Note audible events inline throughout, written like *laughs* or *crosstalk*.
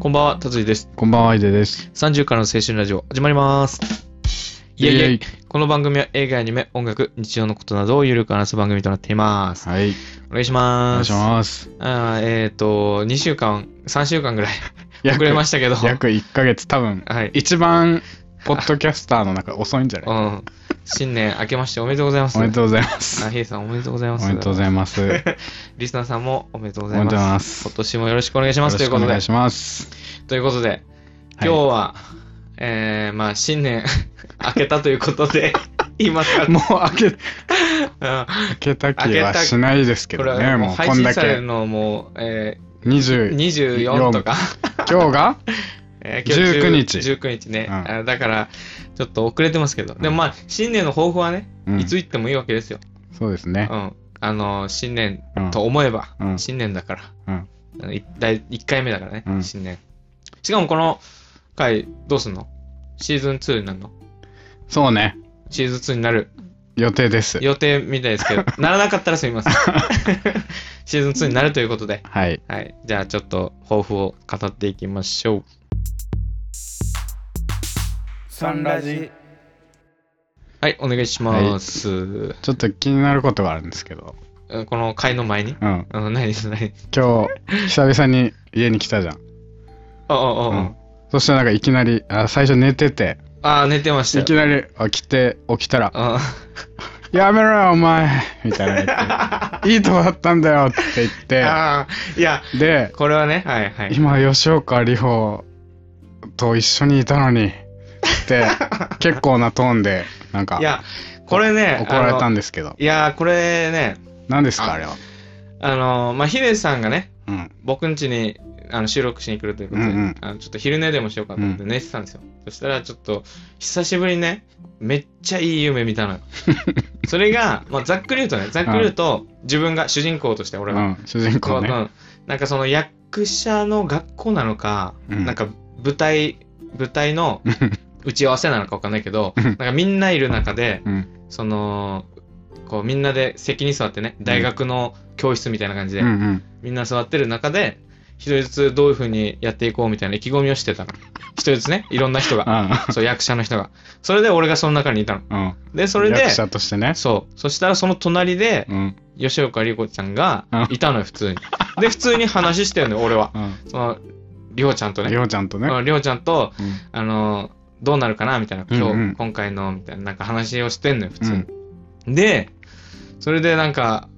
こんばんは、達治です。こんばんは、いでです。 30からの青春ラジオ、始まります。イェイイェイ。この番組は映画、アニメ、音楽、日常のことなどをゆるく話す番組となっています。はい、お願いしお願まいす。します。あーえっ、と、2週間、3週間ぐ *laughs* らい遅れましたけど、は約1ヶ月、多分、い。一番、ポッドキャスターの中で遅いんじゃうないん。新年明けましておめでとうございます。おめでとうございまあ、す。ヒデさんおめでとうございおます。めでとうございます。おめでとうリスナーさんもおめでとうごございます。ざいます。今年もよろしくお願いします。というよろこしくとお願でい、します。ということで、今はい日は、えー、まあ、新年 *laughs* 明けたということ *laughs* で、今から、もう開け、うん開けた気はしないですけこれどはね、ももうう配こん信だされるけ。のもう、えー、 20、 24とか、今日がえー今19 10 19日ね、うんあだから、ちょっと遅れてますけど、んでもまあ、新年の抱負はね、う *laughs* んいつ行ってもいいわけですよ。そうですうね。ん。あの、新年うんと思えば、うん新年だから、うんあのい第1回目だからね、うん新年。しかもこの回、どうすんのシーズン2になるのそうね、シーズン2になる予定です。予定みたいです *laughs* けど、ならなかったらすみません。シーズン2になるということで、はい。はい。じゃあちょっと抱負を語っていきましょう。サンラジはい、お願いします。ちょっと気になることがあるんですけど、うんこの会の前に。うん。うん、ないです、ないです。今日、久々に家に来たじゃん。あ、あ、あ、うあんそしたらなんかいきなり、あ最初寝てて、ああ、寝てましたいきよ。なりあ来て起きたらあ「やめろよお前」みたいな *laughs* 言って「いいとこだったんだよ」って言っあー、いや、てでこれはね、はい、はい。今吉岡里帆と一緒にいたの *laughs* にって結構なトーンでなんかいや、これね、怒られたあんのですけどいやー、これね、何ですあかあれは、あのー、まあ、ヒデさんがね、うん、僕ん家にあの収録しに来るということで、うんうんあのちょっと昼寝でもしようかと思って寝てたんですよ。そしたらちょっと、久しぶりにね、めっちゃいい夢見 *laughs* たのよ。それが、まあ、ざっくり言うとね、ざっくり言うと、自分が主人公としてう俺が、ん、主人こ公ううねんなんかその役者の学校なのか、うんなんか舞台、舞台の打ち合わせなのかわかんないけど、うんなんかみんないる中で、うんその、こうみんなで席に座ってね、大学の教室みたいな感じで、うんうんみんな座ってる中で、一人ずつどういう風にやっていこうみたいな意気込みをしてたの。一人ずつね、いろんな人が。あそう、役者の人が。それで俺がその中にいたの。うんで、それで役、者としてねそう。そしたらその隣で、うん吉岡里帆ちゃんがうんいたのよ、普通に。で、普通に話してるのよ、俺は。うんその、里帆ちゃんとね。りょうちゃんとねうん里帆ちゃんと、うんあの、どうなるかな、みたいな、今日、うんうん今回の、みたいな、なんか話をしてんのよ、普通に。で、それでなんか、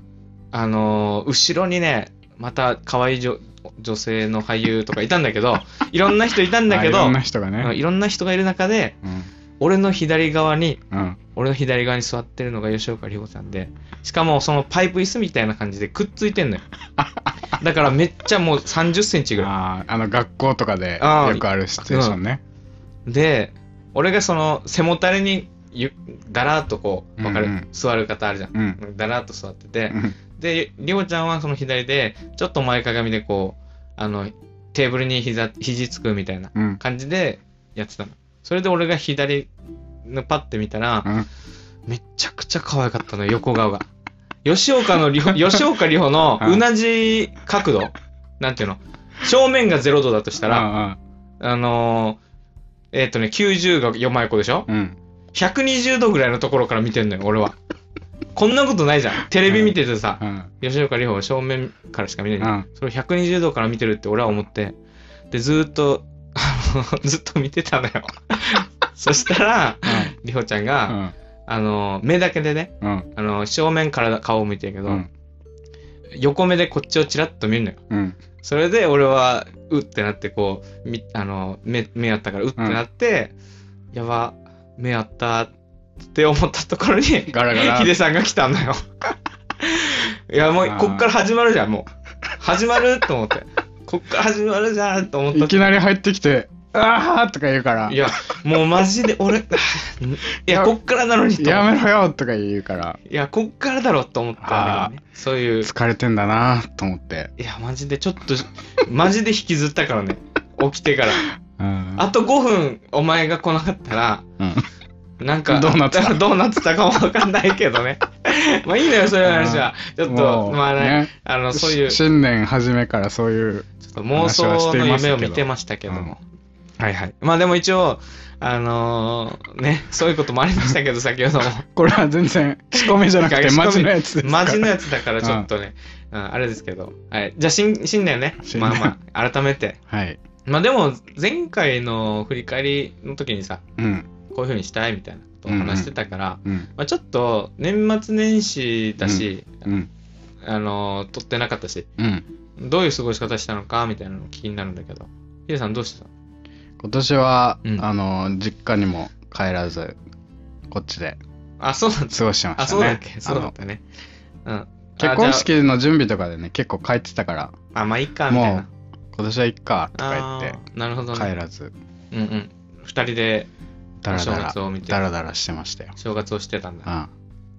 あの、後ろにね、また可愛い女女性の俳優とかいたんだけ *laughs* ど、いろんな人いたんだけあいど、ろうんんな人がいろねんな人がいる中で、うん俺の左側に、うん俺の左側に座ってるのが吉岡里帆ちゃんで、しかもそのパイプ椅子みたいな感じでくっついてんの *laughs* よ。だからめっちゃもう30センチぐらあーあの学校とかであーよくあるシチュエーションねい。で、俺がその背もたれにゆだらーっとこう、わかる、うんうん座る方あるじゃん。うんだらーっと座っててう、んで、りょうちゃんはその左で、ちょっと前かがみでこう、あの、テーブルに膝、肘つくみたいなうん感じでやってたの。それで俺が左のパッて見たら、うんめちゃくちゃ可愛かったのよ、横顔が。吉岡 *laughs* のりほ、吉岡里帆のううんなじ角度、なんていうの正面が0度だとしたら、ら、あのー、えっ、とね、90が4枚子でしょうんうん、 ?120 度ぐらいのところから見てんのよ、俺は。こんなことないじゃん。テレビ見ててさ、うん、吉岡里帆を正面からしか見ないじゃん。うんそれを120度から見てるって俺は思って、で、ずーっと、 *laughs* あのずっと見てたのよ。 *laughs* そしたら、里帆ちゃんうが、ん、あの、目だけでね、うん、あの、正面から顔を見てるけど、うん、横目でこっちをチラッと見るのよ。うん、それで俺は、うってなって、こう、みあの、目、目あったから、うってなって、やば、目あったって思ったところに、ガラガラヒデさんが来たん *laughs* だよ。いや、もうあ、ーこっから始まるじゃん、もう。始まると思って。こっから始まるじゃんと思ったいきなり入ってきて「ああ!」とか言うから「いや、もうマジで俺、いや、こっからなのにと思ってやめろよ!」とか言うからいや、こっからだろうと思ったんだけどね。そういう、疲れてんだなと思って、いや、マジでちょっと、マジで引きずったからね。起きてから。うん、あと5分、お前が来なかったら、うんなんか、どうなって *laughs* たどうなってたかもわかんないけど *laughs* ね。まあいいのよ、そういう話は。ちょっもと、うまあね、ねあの、そういう、しちょ新年初めからそういうっと妄想の夢を見てましたけど話はも。はいはい。まあでも一応、あのーね、 *laughs* そういうこともありましたけど、先ほども。これは全然仕込みじゃ *laughs* なくてマジのやつですからマジのやつだからちょっとね、うんあれですけど。はい。じゃあ、新新年ね。新ま年あまあ、改めて。はいまあでも、前回の振り返りの時にさ、うんこういう風にしたいみたいなことを話してたから、うんまあ、ちょっと年末年始だし、うんあのー撮ってなかったし、うんどういう過ごし方したのかみたいなのも気になるんだけど、ヒデさんどうしてた今年は、うんあの実家にも帰らずこっちであ、そうなんだ。過ごしてましたねあ、そうだっけあそうだっのたね。うん。あ結婚じゃ式の準備とかでね結構帰ってたからあ、あまあいいか、みたいもうな。今年はいっかとかあ言ってーなるほど帰ね。らずうんうん。二人でダラお正ダラ月を見てダラダラしてましたよ、正月をしてたんうだ。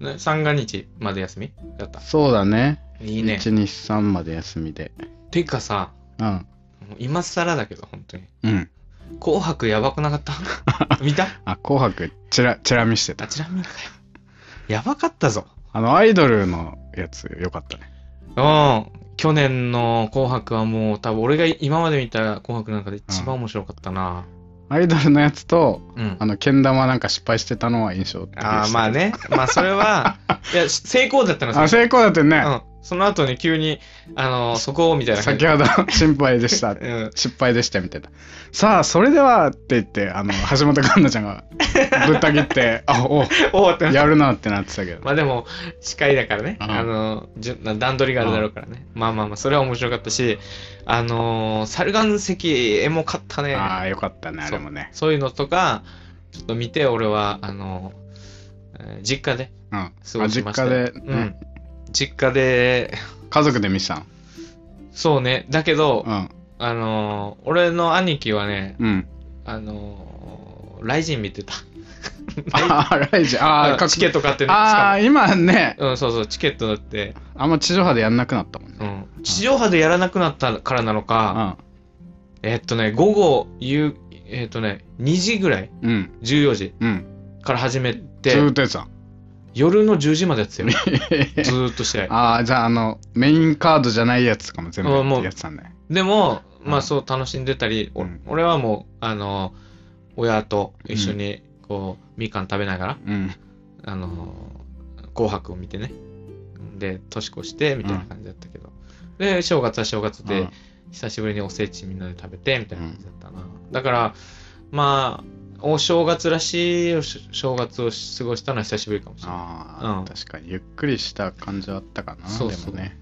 ん、ね三が日まで休みだった。そうだねいいね。 123まで休みでてかさ、うんもう今更だけど、本当に。うん紅白やばくなかった *laughs* 見たあ紅白チラチラ見してたあちら見かよ。やばかったぞ。あのアイドルのやつよかったねうん。去年の紅白はもう多分俺が今まで見た紅白の中で一番面白かったな。アイドルのやつとうん。あのけん玉なんか失敗してたのは印象的でしたああ、まあね。まあそれ *laughs* は、いや、成功だったのあ成功だってね、うん。その後に急に、あの、そこをみたいな感先じ。ほど心配でしたうん。失敗でしたみたいなさあそれではって言ってあの橋本環奈ちゃんがぶった切ってあおおおってなったやるなってなってたけどまあでも、司会だからね。うんあの、じゅ段取りがあるだろうからね。まあまあまあ、それは面白かったし、あのー、猿岩石、エモかったね。ああよかったねあれもねそういうのとか、ちょっと見て、俺は、あの、えー実家でうん過あごし実ました家よ。で、うねん。実家で、家族で見てたのそうね。だけど、うんあのー、俺の兄貴はね、うんあのー、ライジン見てた。ああライジあああチケット買ってね。しあかあ今ねもうん、そうそう、チケットだって、あんま地上波でやんなくなったもんねうん。地上波でやらなくなったからなのか、えっとね、午後、夕、えっとね、2時ぐらい、うんうん14時うんから始めずーてっ、とやってた夜の10時までや *laughs* ってたよ。ずーっと試合。ああじゃああのメインカードじゃないやつとかも全部うんもうやってたんだよでも、うんまあそう楽しんでたり、おうん俺はもう、あの、親と一緒に、こう、みかん食べながら、うんあの、紅白を見てね。で、年越して、みたいな感じだったけど。で、正月は正月で、うん久しぶりにおせちみんなで食べて、みたいな感じだったな。だから、まあ、お正月らしいおし正月を過ごしたのは久しぶりかもしれない。あうんあ確かにゆっくりした感じはあったかなそうそうでもね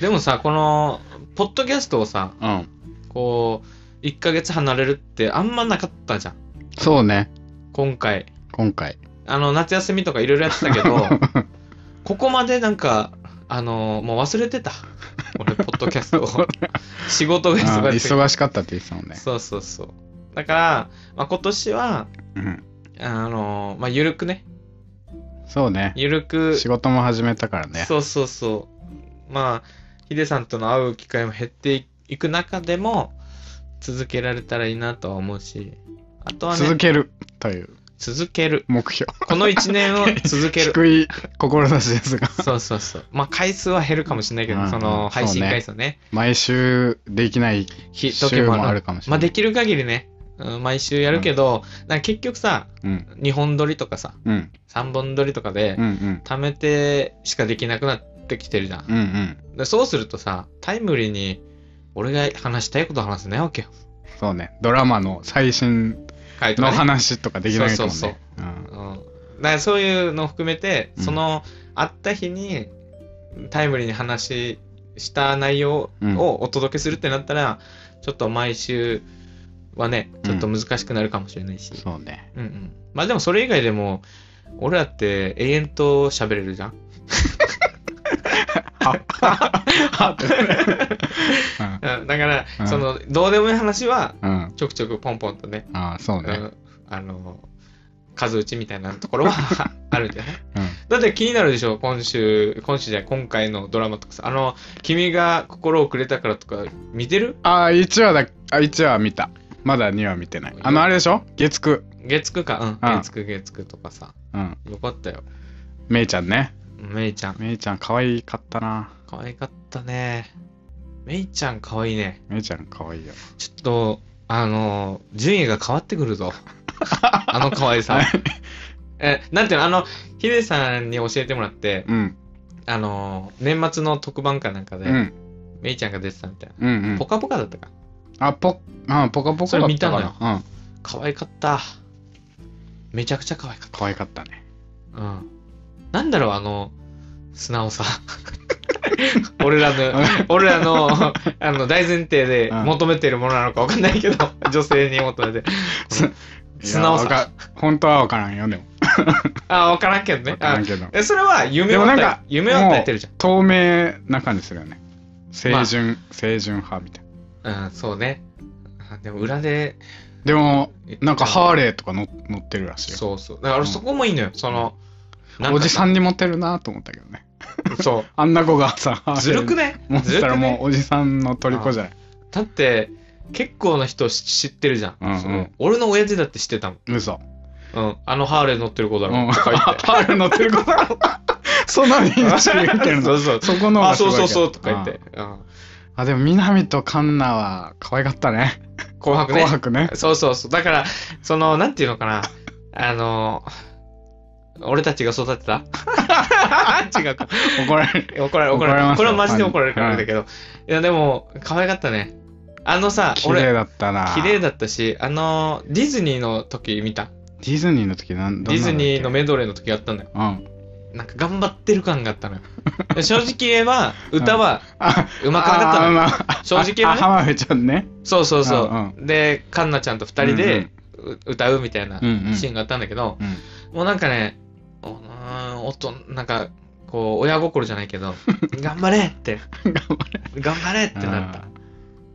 でもさ、この、ポッドキャストをさ、うんこう、1ヶ月離れるってあんまなかったじゃん。そうね今回。今回あの、夏休みとかいろいろやってたけ *laughs* ど、ここまでなんか、あの、もう忘れてた。俺、ポッドキャス *laughs* トを。仕事があー忙しい。 *laughs* 忙しかったって言ってたもんねそうそうそう。だから、まあ、今年は、うんあの、まあ、ゆるくね。そうねゆるく、仕事も始めたからねそうそうそう。まあ、ヒデさんとの会う機会も減っていく中でも、続けられたらいいなとは思うし、あとはね、続けるという続ける。目標この1年を続ける。 *laughs* 低い志です *laughs* がそうそうそう。まあ回数は減るかもしれないけど、うんその配信そうね回数ね。毎週できないひ時週もあるもあるかもしまあれなでいきる限りね、うん毎週やるけど、なんか結局さ、うん2本撮りとかさ、うん3本撮りとかでう、んうん貯めてしかできなくなってきてるじゃん。うんうんでそうするとさ、タイムリーに、俺が話したいこと話せないわけよ。そうねドラマの最新回とのかね、話とかできないかもそうねうんうん。だからそういうのを含めて、うんその、あった日に、タイムリーに話した内容うんをお届けするってなったら、ちょっと毎週はね、ちょっと難しくなるかもしれないし。そうねうんうん。まあでもそれ以外でも、俺らって永遠と喋れるじゃん。うんうんだから、うんその、どうでもいい話は、うんちょくちょくポンポンとね、ああそううねんあの、数打ちみたいなところはあるんじゃないうんだって気になるでしょ今週、今週じゃない今回のドラマとかさ、あの、君が心をくれたからとか見てるああ1話だあ1話見たまだ2話見てないあのあれでしょ月9月9か、うん。うん月9月9とかさ。うん。よかったよ。めいちゃんね。めいちゃん。めいちゃん可愛かったな。可愛かったね。めいちゃん可愛いね。めいちゃん可愛いよ。ちょっと、あのー順位が変わってくる *laughs* ぞ。あの可愛さ。え、なんていうの、あの、ヒデさんに教えてもらって、うん。あのー年末の特番かなんかうで、ん。めいちゃんが出てたみたいな。うんうんポ。カポカだったか。あ、ぽ、うん、ぽかぽかだそれっ見たたのかよな。うん。可愛かった。めちゃくちゃ可愛かっ可愛かったね。た。うん。なんだろう、あの、素直さ。 *laughs* 俺らの、俺らの、あの、大前提でうん求めてるものなのかわかんないけど、 *laughs* 女性に求めて。素直さいや。わか本当は分からんよ、でも。あ、わからんけどね分。からあんけど。え、それは夢をでもなん与えか、夢を与えてるじ透明な感じするよね。清純、清純派みたいな。ゃん。うん、そうね。あでも裏で、でも、言っちゃうなんかハーレーとか乗乗ってるらしいよ。そうそう。だからそこもいいのよ。その、おじさんんにモテるなと思ったけどね。か、そあんな子がさ、う。ずるくねね持ってずるたらくもねうおじさんの虜じゃない。だって、結構な人知知ってるじゃん。うんうんその俺の親父だって知ってたもん。嘘。うん。あのハーレー乗ってる子だうろ。ん。とか言っハーレー乗ってる子だろ。そんなに認識できてて。*laughs* るその。うそう。そこの方あ、がすそごういけどそうそうとか言って。うんあ、でも、南とカンナは可愛かったね。紅白ね紅。白ね。そうそうそう。だから、その、なんていうのかな。あの、俺たちが育てた *laughs* 違うか。怒られる。怒られる、怒ら怒られる。れますよこれはマジで怒られるからあれだけど。いや、でも、可愛かったね。あのさ、綺麗 *laughs* 俺、だったな。綺麗だったし、あの、ディズニーの時見た。ディズニーの時なんディズニーの目メドレーの時あったんだよ。うん。なんか頑張ってる感があったのよ。 *laughs* で正直言えば、歌はあ、うまくなかったのよ。あーまあ正直言えばあ、ね浜辺ちゃんね。そうそうそう。うんで、カンナちゃんと二人でう歌うみたいなシうんうんーンがあったんだけど、うん。もうなんかね、うーん、おと、なんか、こう、親心じゃないけ *laughs* ど、頑張れって、頑張れ。頑張れってなったあ。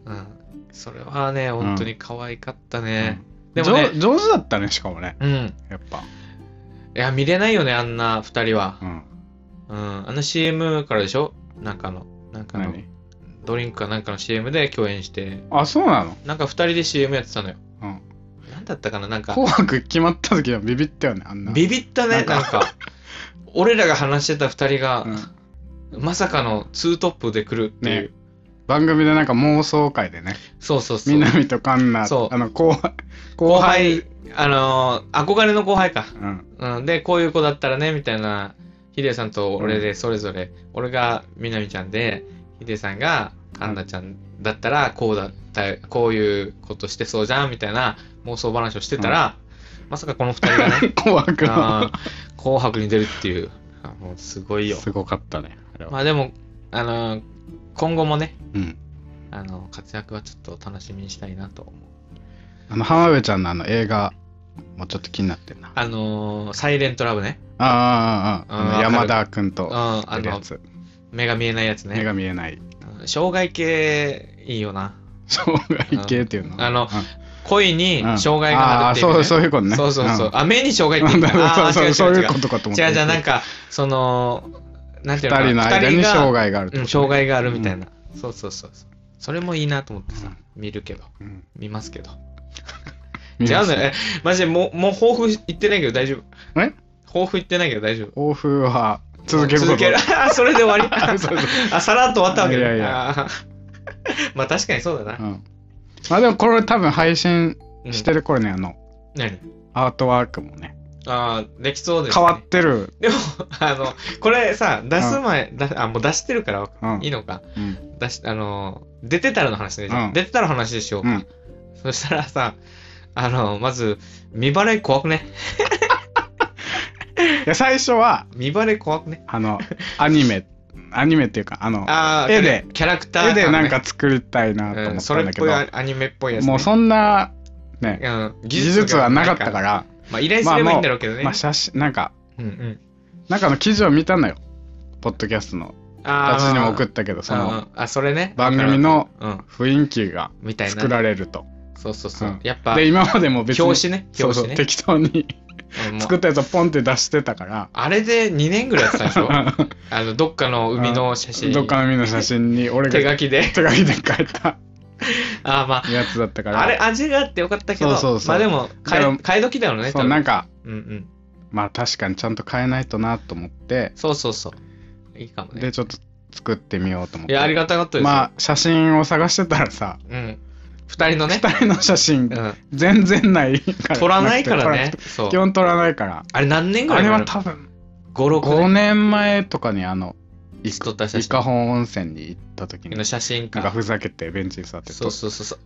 うん。それはね、本当に可愛かったね。でー。もね、上上手だったね、しかもね。うん。やっぱ。いや、見れないよね、あんな二人はう。ん。うん。あの CM からでしょなんかの、なんかの、何ドリンクかなんかの CM で共演して、あ、そうなのなんか二人で CM やってたのよ。うん。なんだったかななんか、紅白決まった時はビビったよね、あんな。ビビったね、なんかなん *laughs* か。俺らが話してた二人うが、んまさかのツートップで来るっていう。番組でなんか妄想会でね、そうそうそう。南とカンナ、あそうの後輩、後輩、あのー憧れの後輩か。後輩うん、、うん、で、こういう子だったらね、みたいな、ヒデさんと俺でそれぞれ、俺がみなみちゃんで、ヒデさんがカンナちゃんだったら、こうだったよ、こういうことしてそうじゃん、みたいな妄想話をしてたら、まさかこの二人がね紅白あの。ー紅白に出るっていう、あもうすごいよ。すごかったね、あれは。まあでも、あのー今後もね、うん。あの活躍はちょっと楽しみにしたいなと思う。あの、浜辺ちゃんのあの映画、もうちょっと気になってんな。ああのーサイレントラブね。あ、ああ、ああうんあの山田くうんん、と、ああるやの、つ。目が見えないやつね目。が見えない。うん障害系いいよな障害系っていうの。あのうん恋にうん障害があるっていう、ねああ、そう、そういうことね。そうそうそう、んあ目に障害ってなん言だうのろあう、ー *laughs* そう、違うそう違ういう違うことかと思って。違うじゃなんか、かそのなんて二いうのか人の間二に人が障害があるってうこん、とね障害があるみたいな、そうそうそうそうそれもいいなと思ってさ、見るけどうん見ますけど見違まうすのよえマジでもうもう抱負言ってないけど大丈夫え抱負言ってないけど大丈夫抱負は続けること続けるあそれで終わり *laughs* そうそうあさらっと終わったわけだいやいやあーまあ確かにそうだなう、んまあでもこれ多分配信うんしてる頃にあの何アートワークもねああ、できそうです、変ね。わってる、でも、 *laughs* あの、これさ、出す前、だあ、もう出してるから、うんいいのか。うん出し、あの、出てたらの話ね。じゃあうん出てたらの話でしよううか。ん、そしたらさ、あの、まず、見バレ怖くね。いや最初は見バレ怖くね。*laughs* あのアニメアニメっていうかあのああ、絵でキャラクター、絵でなん、か作りたいなとう思ん、っそたれんっだけぽど、いアニメっぽいやつ、ね。もうそんなねうん、。技術はなかったからら、まあ、依頼すればいいんだろうけどね。まあ写真なんかうんうん。なんかの記事を見たのよポッドキャストのあ私にも送っったけどたそのあ、それね。番組のうん、雰囲気がみたいな。作られるとそうそうそう。うんやっぱ、で今までも別に表紙ね。そう表そ紙うね。適当にうんもう作ったやつをポンって出してたからあれで2年ぐらいやってたんで *laughs* しょどあの、どっかの海の写真。っかの海の写真に俺が手書きで。手書きで書いたああ、まあ、やつだったから。あれ味があってよかったけど、そうそうそうまあでも、で買いも買い時だよね、そう、多分なんか、うんうん。まあ確かにちゃんと変えないとなと思って、そうそうそう。いいかもね。で、ちょっと作ってみようと思っいて。や、ありがたかったですよ。まあ、写真を探してたらさ、うん。二人のね、二人の写う、真ん。全然ないから。取らないからなねくて。そう基。本撮らないから。あれ何年ぐあらいれ前のは多分、 ?5、6 5年年前とかにあの、いつ撮った写伊真香保温泉に行った時にの、写真なんかか。ふざけてベンチに座ってそ撮うっそうそうそう。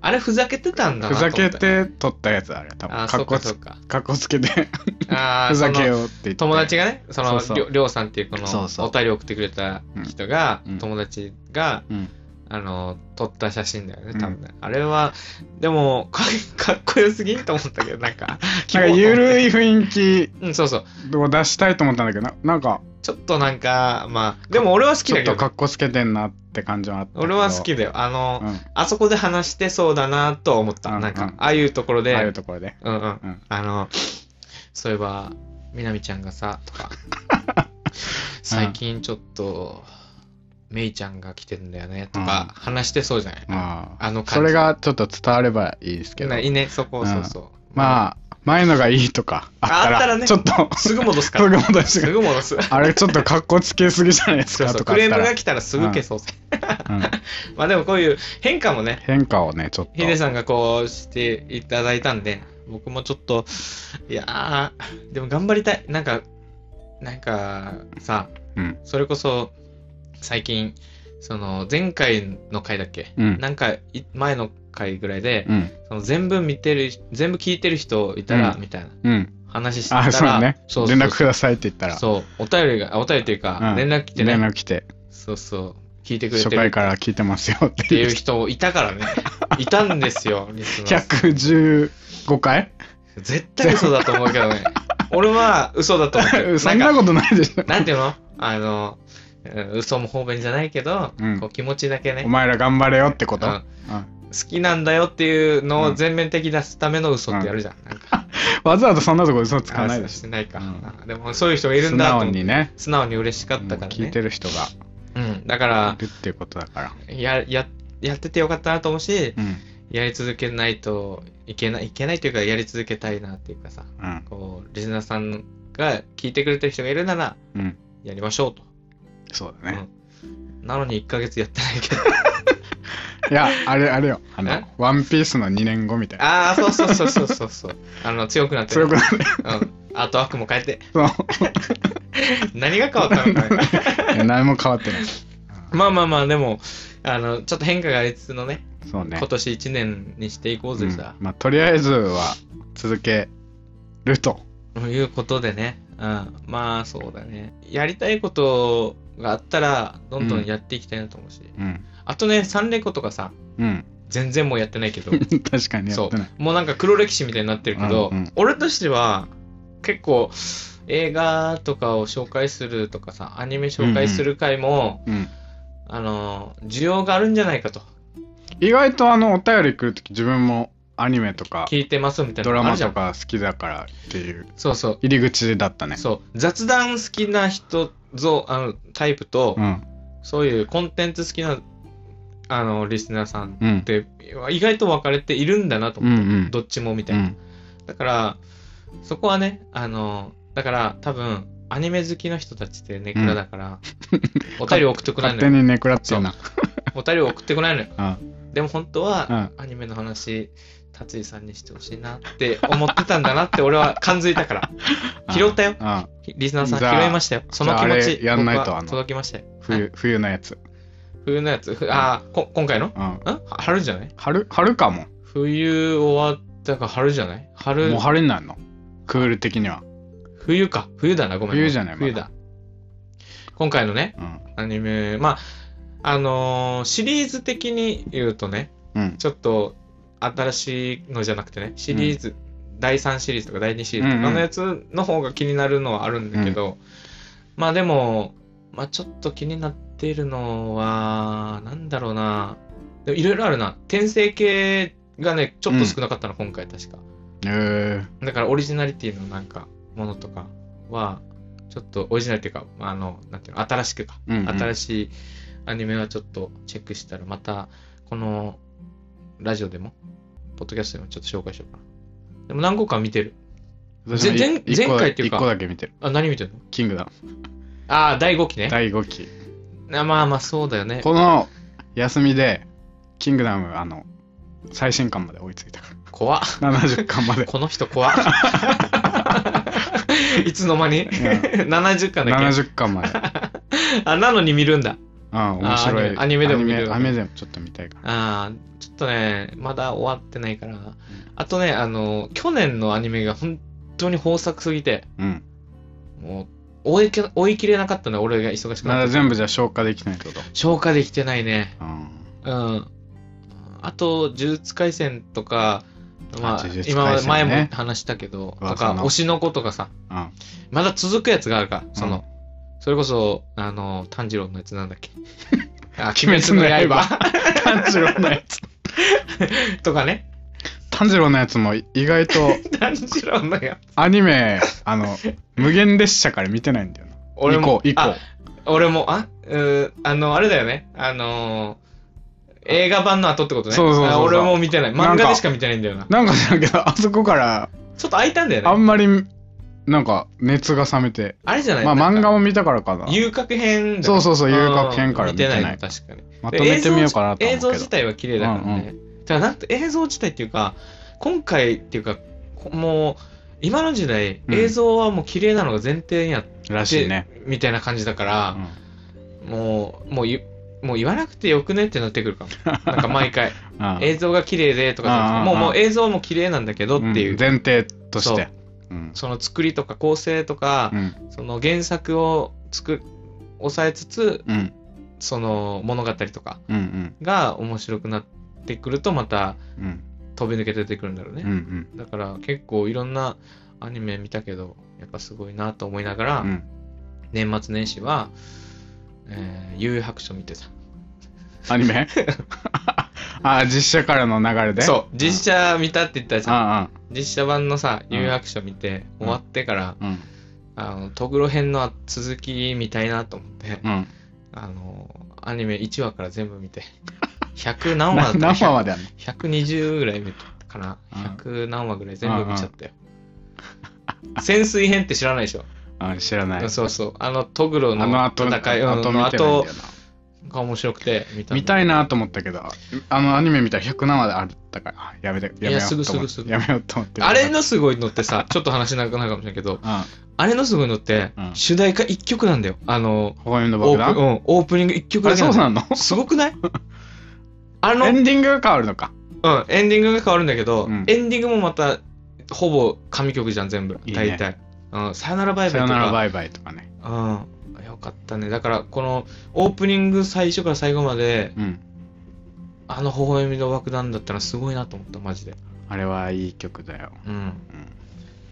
あれふざけてたんだふなざけと思って撮ったやつあれ、多た。あ分。ー、そうかっかこそうつ、か。かっこつけて、あー *laughs* ふざけそのようって言って。友達がね、そのそうそうりょりょうさんっていうこのそうそうお便り送ってくれた人が、うんうん友達が、うんあの撮った写真だよね、多分ね、あれは、でもか *laughs* かっこよすぎんと思ったけど、なんか、 *laughs* なんかゆるい。い雰囲うん、そうそう。気を出したいと思ったんだけどななんかちょっとなんか、まあ、でも俺は好きちょだっけとかど、っこつけてんなって感じはあったけど俺は好きだよ。あの、うん、ああそこで話してそうだなとは思った。うんうんなんか、ああいうところで、あいうところでうんうん。んあの、そういえば、みなみちゃんがさ、と *laughs* か、最近ちょっと、めいちゃんが来てんだよね、とか、話してそうじゃない、あああの感じそれがちょっと伝わればいいですけどないいね、そこ、うんそうそう。まあ前のがいいとかあったらああったらねちょっとすぐ戻すかすぐら。戻しすぐ *laughs* 戻す。あれちょっとかっこつけすぎじゃないですそうかそうとクかあっレーたムらが来たらすぐ消そうぜ。うんまあでもこういう変化もね、変化をねちょっとヒデさんがこうしていただいたんで、僕もちょっと、いやー、でも頑張りたい。なんか、なんかさ、うんそれこそ最近、その前回の回だっけ、うんなんかい前の回ぐらいで、うんその全部見てる、全部聞いてる人いたら、うんみたいなうん話してたら、あそうねそう連絡くだださいって言ったらそう、お便りが、あお便りというか、うん連絡来てね、連絡来てそうそう、聞いてくれ初てる回っから聞いてますよってていいうう人いたから *laughs* ね、いたんですよ、リスナーさん115回絶対嘘だと思うけど *laughs* ね。俺は嘘だと思うけど。そなんんなか、ことないでしょなんていうのあの、うん嘘も方便じゃないけど、うんこう気持ちだけねお、前ら頑張れよってこと、ううんん好きなんだよっていうのうをん全面的に出すための嘘ってやるじゃん。なんか、わざわざそんなとこ嘘つかないあでししてないか、うんあでもそういう人がいょる素んだと直思ってにね素直に嬉しかったから聞いねて。る人がうん。だからい、るっていうことだから、や、や、やっててよかったなと思うし、うんやり続けないといけない、いけないというか、やり続けたいなっていうかさ、うんこう、リスナーさんが聞いてくれてる人がいるなら、うん、やりましょうと。そうだね、なのに1ヶ月やってないけど。いやあれあれよあえの「ワンピースの2年後みたい *laughs* なああ、そうそうそうそうそうそう。 *laughs* あの、強くなって強くなるうん。あと悪も変えて。そう何が変わったのか *laughs* ねいや何も変わってない、まあまあまあ、でも、あの、ちょっと変化がありつつのね、そうね今年1年にしていこうぜさうん、まあとりあえずは続けるとということでね。うん。まあ、そうだね。やりたいことがあったら、どんどんやっていきたいなと思うし。うんあとね、サンレコとかさ、うん *laughs* 全然もうやってないけど、確かにやそ。ってないうもうなんか黒歴史みたいになってるけど、うんうん俺としては、結構、映画とかを紹介するとかさ、アニメ紹介する回も、うん、あの、需要があるんじゃないかと。意外とあのお便り来るとき自分もアニメとか聞いてますみたいなドラのあるマじゃとん。か好きだからっていうそうそう。入り口だったねそう。雑談好きな人ぞ、あの、タイプと、うんそういうコンテンツ好きな、あの、リスナーさんうんって、意外と分かれているんだなとう思んっうて、んどっちもみたういな。んだから、そこはね、あの、だから多分、アニメ好きの人たちってネクラだから、お便り送ってこない勝の手よ。にネクラっていうなお便り送ってこないのよ。うんでも本当は、アニメの話、達井さんにしてほしいなって思ってたんだなって俺は感づいた *laughs* から、拾ったようんリスナーさんじゃあ拾いましたよ。その気持じゃああち、れやんないと僕はあの届きましたよ。はい冬冬のやつ冬のやつ、ふあーこ今回のんうん春じゃない春春かも冬終わったか春じゃない春もう、春になるのクール的には冬か。冬だな、ごめん。冬じゃない冬だ。今回のね、うんアニメ、まあ、あのーシリーズ的に言うとね、うんちょっと新しいのじゃなくてね、シリーズ、第3シリーズとか第2シリーズとうんかうんのやつの方が気になるのはあるんだけど、まあでも、まあちょっと気になっているのは、なんだろうな、でもいろいろあるな。転生系がね、ちょっと少なかったの、今回確か。えだからオリジナリティのなんか、ものとかは、ちょっとオリジナリティか、あの、なんていうの、新しくか。ーうんうん新しいアニメはちょっとチェックしたらまたこのラジオでも、ポッドキャストでもちょっと紹介しようかな。でも何個か見てる。私もい前前一個だ前回っていうか一個だけ見てる。あ、何見てるのキングダム。ああ、第5期ね。第5期。あまあまあ、そうだよね。この休みで、キングダム、あの、最新巻まで追いついたか怖っ *laughs* ら。70巻まで。この人 *laughs* 怖っいつの間に ?70 巻だっけ70 *laughs* 巻まで。あ、なのに見るんだ。ああ、面白い。アニメアニメでも見れるアニメアニメでもちょっと見たいかああ、ちょっとね、まだ終わってないから。あとね、あの、去年のアニメが本当に豊作すぎて、ら。うん。もう、追いけ追い切れなかったね、俺が忙しくまなっだて。全部じゃ消化できないってこと。消化できてないね。うん。うん。あと、呪術廻戦とか、まああ、呪術今廻は戦ね前も話したけど、と噂か、の推しの子とかさ、うん。まだ続くやつがあるから、その、それこそ、あの、炭治郎のやつなんだ *laughs* っけ。あ、鬼滅の鬼滅の刃炭治郎のやつ。とかね。 *laughs* 炭治郎のやつも意外と炭治郎のやつ。アニメ、あの、無限列車から見てないんだよな。俺も、以降、以あ俺も、あ、うーあの、あれだよね。あのー映画版の後ってことね。そうそうそうそうあ俺も見てない。な漫んか画でしか見てないんだよな降。。なんかだけど、あそこから、ちょっと空いたんだよね。ああんまり、なんか、熱が冷めて。れじゃないまあ、漫画も。も見たからかな。遊郭編だねそうそうそう遊郭編からうん見てない見てない。確かに。まとめてみようかなと思映像うけ自ど。体は綺麗だからね。ただなんて映像自体っていうか、今回っていうか、こもう、今の時代、うん映像はもう綺麗なのが前提にあって、らしいね。みたいな感じだかうら、んもう、もう言うもう言わなくてよくねってなってくるかも。なんか毎回、映像が綺麗でとかじゃなくて、うんもううんうんもう映像も綺麗なんだけどっうんていう、前提としそてう。うんその作りとか構成とかう、ん。その原作を作る、抑えつつ、うん。その物語とかうん。うん。が面白くなってくるとまたうん。飛び抜けて出てくるんだろううん。うね。ん。だから結構いろんなアニメ見たけど、やっぱすごいなと思いながら、うん年末年始は、えー、幽遊白書見てた。ア *laughs* ニメあ、実写からの流れでう。そう、実写見たって言ったじゃん。あ実写版のさ、うん幽遊白書見て、う終んわってから、あ、うん。あの、トグロ編の続き見たいなと思って、うん。あの、アニメ1話から全部 *laughs* 見て、100何話だなった何話はまであんの ?120 ぐらい見たかな。うん100何話ぐらい全部見ちゃったよ。 *laughs* 潜水編って知らないでしょあ知らない。そうそう。あの、トグロあのの後、戦いうん後見てないのんだよ後な。が面白くて見たんだ。見たいなと思ったけど、あのアニメ見たら107であったから、あやめて、やめよすうぐと思っすぐすて。ぐやめようと思って。あれのすごいのってさ、ちょっと話長くなるかもしれないけど、うん。あれのすごいのって、うん主題歌1曲なんだよ。あの、微笑みのオ爆ープ,、弾うん、オープニング1曲あだれ、けそなうんだよなのすごくないあの、エンディングが変わるのか。うん、エンディングが変わるんだけど、うんエンディングもまた、ほぼ神曲じゃん、全部。いいね大体。うん、さよならバイさバイよとならか。バイバイとかね。うん、よかったね。だから、この、オープニング最初から最後まで、うん。あの微笑みの爆弾だったらすごいなと思った、マジで。あれはいい曲だよ。うん。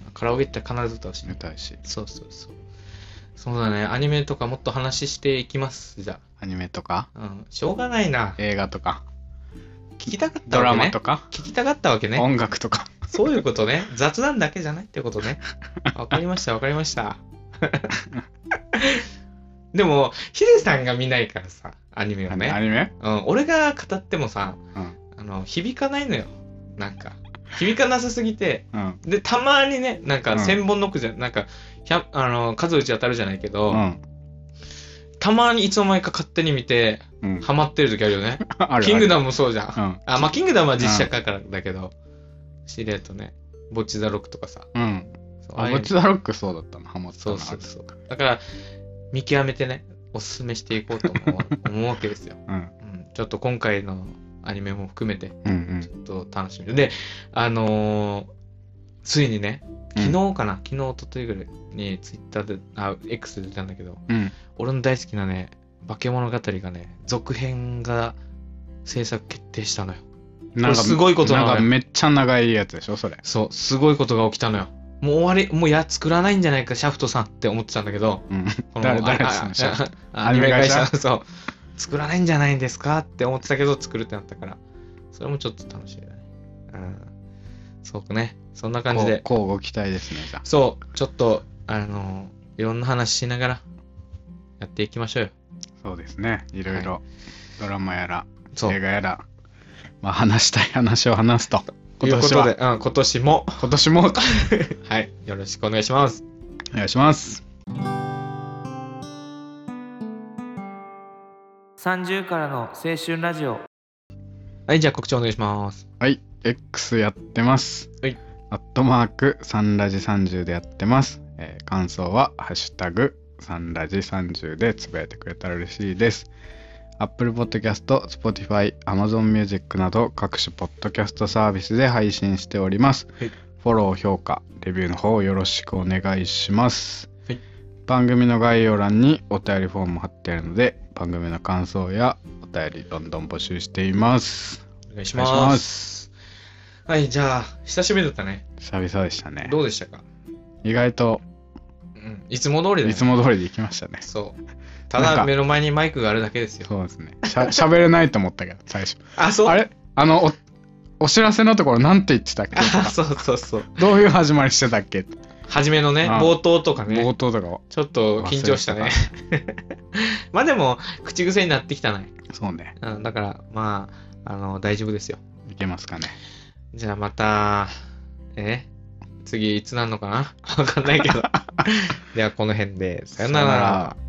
うカラオケ行ったら必ず歌うしん。ね。歌うし、そうそうそう。そうだね、アニメとかもっと話していきます、じゃアニメとか、あ。うん、しょうがないな。映画とか、聞きたかったドわラけマねと。か、聞きたかったわけね。音楽とか。そういうことね。雑談だけじゃないってことね。わかりました、わかりま *laughs* した。でも、ヒデさんが見ないからさ、アニメをアね。ニメうん、俺が語ってもさ、うん。あの、響かないのよ。なんか、響かなさすぎて。うん。で、たまにね、なんうか、ん千本ノックじゃ、なんか、100あの、数打ち当たるじゃないけど、うん。たまにいつの間にか勝手に見て、うん。ハマってる時あるよね。 *laughs* あるキングム。ダムもそうじゃん。うん。あ、まあ、キングダムは実写化からだけど、シルエットね、ボッチザロックとかさ。うん。そうああ、あいボうッのチザロックそうだったの、ハモったそのうそうそう。だから、見極めてね、おすすめしていこうと思う思うわけですよ、うん。うん。ちょっと今回のアニメも含めて、うんうん。ちょっと楽しみで。で、あのーついにね、昨日かな、昨日、おとといぐらいに、ツイッターで、あ、X で出たんだけど、うん。俺の大好きなね、化け物語がね、続編が制作決定したのよ。なんかすごいことななのよんかめっちゃ長いやつでしょ、それ。そう、すごいことが起きたのよ。もう終わり、もうや、作らないんじゃないか、シャフトさんって思ってたんだけど、うん。この *laughs* 誰、誰あですかあシャフトあ *laughs* アアニニメメ会会社社 *laughs* そう。作らないんじゃないんですかって思ってたけど、作るってなったから。それもちょっと楽しいだね。うん。そうかね。そんな感じで。こうこうご期待ですね、じゃあそう、ちょっと、あのーいろんな話しながら、やっていきましょうよ。そうですね。いろいろ、ドラマやら、そう映画やら、まあ、話したい話を話すと。とい今うこ年とはで、うん、今年も、今年もはい、よろしくお願いします。お願いします。 30からの青春ラジオはい、じゃあ告知お願いします。はい、X やってます。はい。アットマーク、サンラジ30でやってます。えー感想は、ハッシュタグ、サンラジ30でつぶやいてくれたら嬉しいです。Apple Podcast、Spotify、Amazon Music など各種ポッドキャストサービスで配信しております。はいフォロー、評価、レビューの方よろしくお願いします。はい番組の概要欄にお便りフォーム貼ってあるので、番組の感想やお便りどんどん募集しています。お願いしお願いしま。ますはい、じゃあ、久しぶりだったね。久々でしたねどうでしたか意外とうん、いつも通りだよ、ね。いつも通りで行きましたねそう。たなんだか目の前にマイクがあるだけですよ。そうですねしゃ *laughs* 喋れないと思ったけど最初あ、そう。あれあのおお知らせのところなんて言ってた *laughs* っけとあかそうそうそう。どういう始まりしてたっけ初めのね、あ冒頭とか冒ね、頭とかをちょっと緊張したね。 *laughs* まあでも、口癖になってきたね。そうねうん、だから、まあ、あの、大丈夫ですよ。いけますかねじゃあまた、え *laughs* 次いつなんのかなわかんないけど。ではこの辺で、さよなさよら。